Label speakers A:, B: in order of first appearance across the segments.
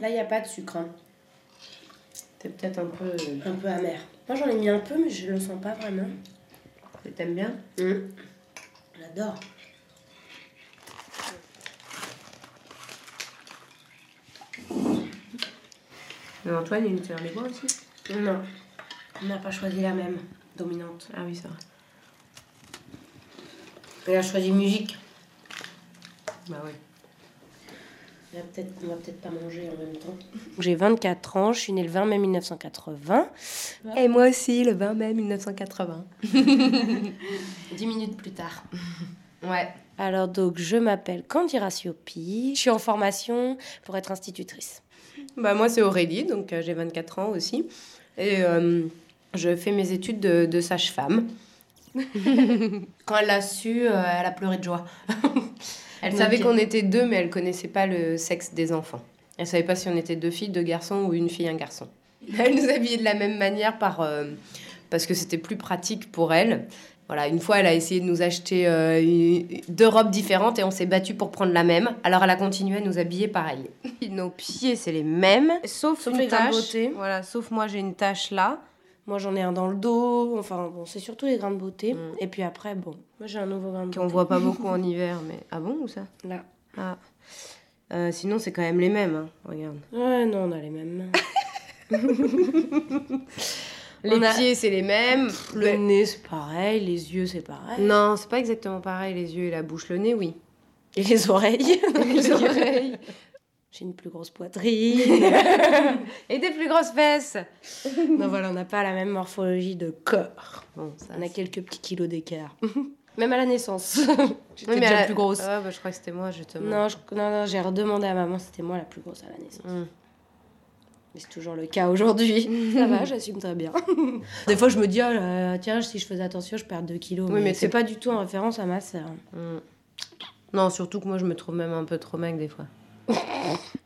A: Là, il n'y a pas de sucre. hein.
B: T'es peut-être un peu. euh,
A: Un peu amer. Moi, j'en ai mis un peu, mais je le sens pas vraiment.
B: T'aimes bien
A: Hum. J'adore.
B: Mais Antoine, il nous les bois aussi.
A: Non. On n'a pas choisi la même dominante.
B: Ah oui, c'est vrai.
A: Elle a choisi musique.
B: Bah oui.
A: On va peut-être peut pas manger en même temps. J'ai 24 ans, je suis née le 20 mai 1980.
B: Et moi aussi, le 20 mai 1980.
A: 10 minutes plus tard.
B: Ouais.
A: Alors donc, je m'appelle Candira Siopi. Je suis en formation pour être institutrice.
B: Bah moi, c'est Aurélie, donc euh, j'ai 24 ans aussi. Et euh, je fais mes études de, de sage-femme.
C: Quand elle l'a su, euh, elle a pleuré de joie.
B: Elle
C: Donc,
B: savait qu'on était deux, mais elle connaissait pas le sexe des enfants. Elle savait pas si on était deux filles, deux garçons ou une fille, un garçon. Elle nous habillait de la même manière par, euh, parce que c'était plus pratique pour elle. Voilà, une fois, elle a essayé de nous acheter euh, une- deux robes différentes et on s'est battu pour prendre la même. Alors, elle a continué à nous habiller pareil. Nos pieds, c'est les mêmes, sauf,
A: Sauf les grains de beauté.
B: Voilà, sauf moi, j'ai une tache là.
A: Moi, j'en ai un dans le dos. Enfin, bon, c'est surtout les grains de beauté.
B: Mm.
A: Et puis après, bon, moi, j'ai un nouveau grain de
B: Qu'on
A: beauté.
B: voit pas beaucoup en hiver, mais... Ah bon, ou ça
A: Là.
B: Ah. Euh, sinon, c'est quand même les mêmes, hein. regarde.
A: Ouais, non, on a les mêmes.
B: Les
A: On a-
B: pieds, c'est les mêmes. Ben,
A: Le nez, c'est pareil. Les yeux, c'est pareil.
B: Non, c'est pas exactement pareil, les yeux et la bouche, le nez, oui.
A: Et les oreilles.
B: Les oreilles.
A: J'ai une plus grosse poitrine.
B: Et des plus grosses fesses.
A: non, voilà, on n'a pas la même morphologie de corps.
B: Bon, ça.
A: On a quelques petits kilos d'écart. Même à la naissance. J'étais
B: Oui, mais
A: déjà
B: elle a-
A: plus grosse.
B: Ah, bah, je crois que c'était moi, justement.
A: Non, je- non, non, j'ai redemandé à maman, c'était moi la plus grosse à la naissance.
B: Hum.
A: Mais c'est toujours le cas aujourd'hui. Ça va, j'assume très bien. Des fois, je me dis, ah là, tiens, si je faisais attention, je perds 2 kilos.
B: Oui, mais
A: c'est
B: t'es-
A: pas du tout en référence à ma sœur.
B: Hum. Non, surtout que moi, je me trouve même un peu trop maigre des fois.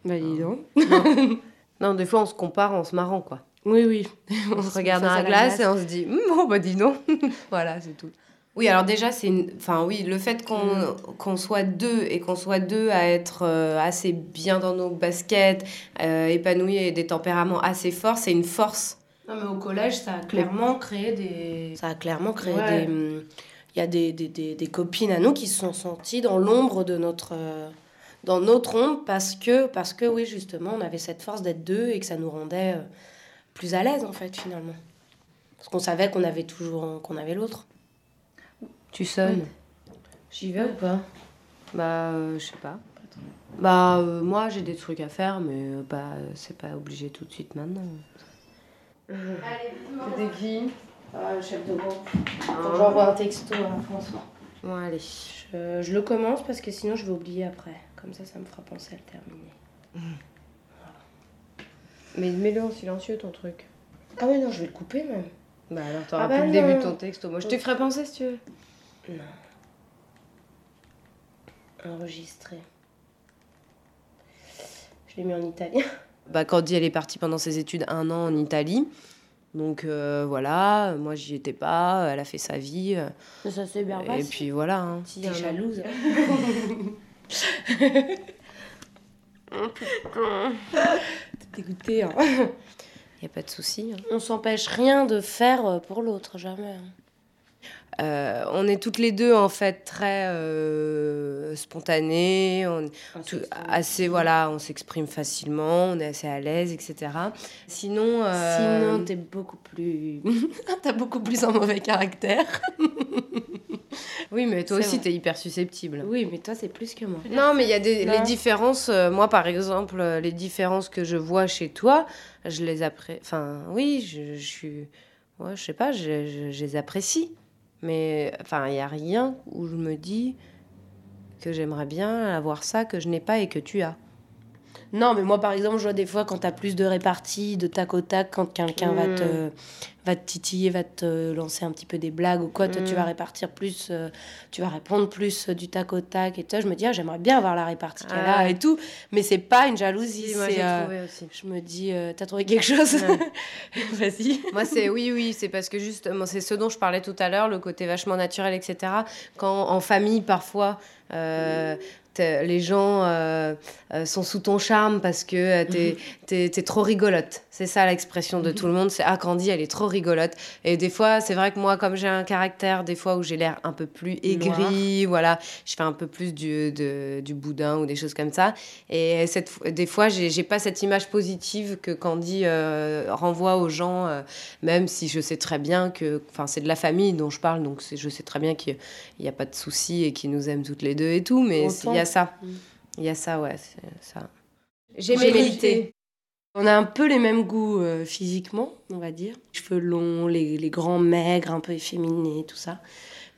A: Bah, dis donc.
B: Non, des fois, on se compare en se marrant, quoi.
A: Oui, oui.
B: On se regarde
A: face
B: dans
A: à la
B: la glace,
A: glace.
B: et on se dit, Hum, bon, bah, dis non. voilà, c'est tout. Mm. Oui, alors déjà, c'est une... Enfin, oui, le fait qu'on qu'on soit deux et qu'on soit deux à être euh, assez bien dans nos baskets, euh, épanouis et des tempéraments assez forts, c'est une force.
C: Non, mais au collège, ça a clairement créé des.
A: Ça a clairement créé
C: Ouais.
A: des. hum, Il y a des, des, des, des copines à nous qui se sont senties dans l'ombre de notre. euh, dans notre ombre parce que, parce que, oui, justement, on avait cette force d'être deux et que ça nous rendait euh, plus à l'aise, en fait, finalement. Parce qu'on savait qu'on avait toujours. qu'on avait l'autre.
B: Tu sonnes.
C: Mm.
A: J'y vais ou pas
B: Bah, euh, je sais pas. Bah, euh, moi, j'ai des trucs à faire, mais euh, bah, euh, c'est pas obligé tout de suite maintenant. C'était qui
A: Ah, chef de groupe.
B: Hein
A: J'envoie un texto à François.
B: Bon, allez.
A: Je, je le commence parce que sinon je vais oublier après. Comme ça, ça me fera penser à le terminer.
B: Mais mets-le en silencieux, ton truc.
A: Ah ouais, non, je vais le couper même.
B: Bah, alors, t'auras
A: Ah bah
B: plus le début
A: non.
B: de ton texte. Moi, je te ferai penser si tu veux.
A: Enregistrer. Je l'ai mis en italien.
B: Bah, Candy, elle est partie pendant ses études un an en Italie. Donc, euh, voilà, moi, j'y étais pas. Elle a fait sa vie. euh,
A: Ça c'est bien
B: et puis, voilà. hein.
A: T'es jalouse. T'es dégoûtée. hein.
B: Y a pas de souci. hein.
A: On s'empêche rien de faire euh, pour l'autre, jamais. hein.
B: Euh, on est toutes les deux, en fait, très euh, spontanées. On, Tout- assez voilà on s'exprime facilement on est assez à l'aise etc sinon euh,
A: Sinon, t'es beaucoup plus. T'as beaucoup plus un mauvais caractère.
B: oui mais toi
A: C'est
B: aussi
A: vrai.
B: t'es hyper susceptible
A: Oui, mais toi, c'est plus que moi.
B: non mais il y a des les
A: Non.
B: différences euh, moi par exemple euh, les différences que je vois chez toi je les appré enfin oui je, je suis ouais, je sais pas je, je- je les apprécie mais enfin il y a rien où je me dis que j'aimerais bien avoir ça que je n'ai pas et que tu as
A: Non, mais moi, par exemple, je vois des fois quand t'as plus de répartie, de tac au tac, quand quelqu'un va
B: Hmm.
A: te va te titiller, va te lancer un petit peu des blagues ou quoi. Toi, tu
B: Hmm.
A: vas répartir plus, euh, tu vas répondre plus euh, du tac au tac. Et toi, je me dis, ah, j'aimerais bien avoir la répartie qu'elle
B: Ah.
A: a et tout. Mais c'est pas une jalousie.
B: Si, moi,
A: c'est,
B: j'ai
A: euh,
B: trouvé aussi.
A: Je me dis, euh, t'as trouvé quelque chose Vas-y.
B: Moi, c'est oui, oui, c'est parce que justement, c'est ce dont je parlais tout à l'heure, le côté vachement naturel, etc. Quand en famille, parfois, euh, t'es- les gens euh, euh, sont sous ton charme parce que euh, t'es t'es- t'es trop rigolote. C'est ça l'expression de tout le monde. C'est Ah, Candy, elle est trop rigolote. Et des fois, c'est vrai que moi, comme j'ai un caractère, des fois où j'ai l'air un peu plus aigri, voilà, je fais un peu plus du, de- du boudin ou des choses comme ça. Et cette, fo- des fois, j'ai j'ai pas cette image positive que Candy euh, renvoie aux gens, euh, même si je sais très bien que. Enfin, c'est de la famille dont je parle, donc c'est- je sais très bien qu'il n'y a pas de souci et qu'ils nous aiment toutes les deux et tout, mais c'est- il y a ça.
A: Mm.
B: Il y a ça, ouais, c'est ça.
A: Gémellité. On a un peu les mêmes goûts euh, physiquement, on va dire. Cheveux longs, les, les grands maigres, un peu efféminés, tout ça.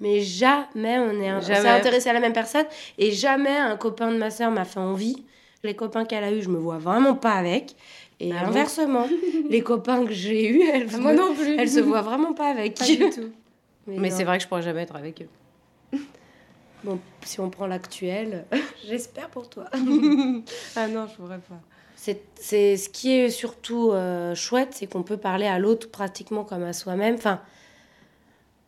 A: Mais jamais on est, on s'est
B: Jamais.
A: intéressé à la même personne. Et jamais un copain de ma sœur m'a fait envie. Les copains qu'elle a eus, je me vois vraiment pas avec. Et
B: Ah bon Ah,
A: inversement, les copains que j'ai eus, elles,
B: Moi non plus.
A: elles se voient vraiment pas avec.
B: Pas du tout. Mais
A: non.
B: c'est vrai que je pourrais jamais être avec eux.
A: Bon, si on prend l'actuel, j'espère pour toi.
B: Ah non, je pourrais pas.
A: C'est c'est- ce qui est surtout euh, chouette, c'est qu'on peut parler à l'autre pratiquement comme à soi-même. Enfin,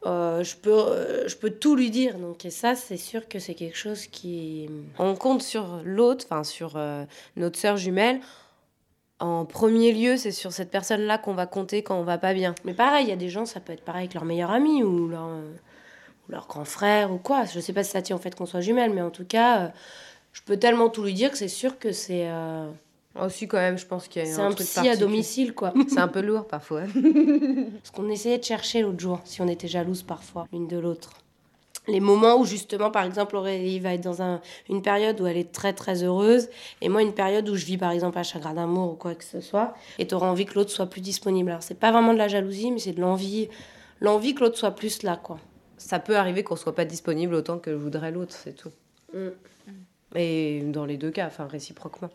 A: euh, je peux euh, je peux tout lui dire. Donc et ça, c'est sûr que c'est quelque chose qui
B: On compte sur l'autre, enfin sur euh, notre sœur jumelle. En premier lieu, c'est sur cette personne-là qu'on va compter quand on va pas bien.
A: Mais pareil, il y a des gens, ça peut être pareil avec leur meilleur ami ou leur euh, ou leur grand frère ou quoi. Je sais pas si ça tient en fait qu'on soit jumelles, mais en tout cas, euh, je peux tellement tout lui dire que c'est sûr que c'est euh,
B: Aussi, Oh, quand même, je pense qu'il y a
A: c'est un,
B: truc
A: psy à
B: particulier.
A: domicile quoi.
B: C'est un peu lourd parfois.
A: Ce qu'on essayait de chercher l'autre jour, si on était jalouse parfois l'une de l'autre. Les moments où justement, par exemple, Aurélie va être dans un- une période où elle est très très heureuse, et moi une période où je vis par exemple un chagrin d'amour ou quoi que ce soit, et t'auras envie que l'autre soit plus disponible. Alors c'est pas vraiment de la jalousie, mais c'est de l'envie, l'envie que l'autre soit plus là, quoi.
B: Ça peut arriver qu'on soit pas disponible autant que voudrait l'autre, c'est tout.
A: Mm.
B: Et dans les deux cas, enfin réciproquement.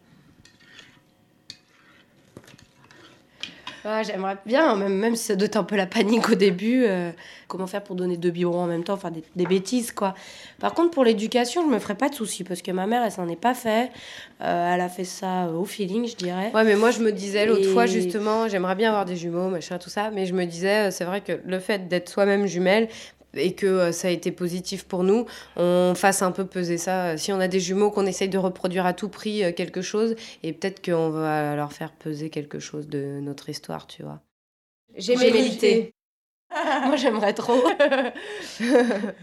A: Ouais, j'aimerais bien, même, même si ça doit être un peu la panique au début, euh, comment faire pour donner deux biberons en même temps, enfin des, des bêtises quoi. Par contre, pour l'éducation, je me ferais pas de soucis parce que ma mère, elle s'en est pas fait. Euh, elle a fait ça euh, au feeling, je dirais.
B: Ouais, mais moi je me disais l'autre
A: Et-
B: fois justement, j'aimerais bien avoir des jumeaux, machin, tout ça, mais je me disais, euh, c'est vrai que le fait d'être soi-même jumelle et que euh, ça a été positif pour nous, on fasse un peu peser ça. Euh, Si on a des jumeaux, qu'on essaye de reproduire à tout prix euh, quelque chose, et peut-être qu'on va leur faire peser quelque chose de notre histoire, tu vois.
A: Gémellité. Moi, j'aimerais trop.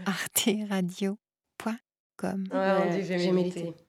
D: arteradio.com.
B: Ouais, on dit gémellité.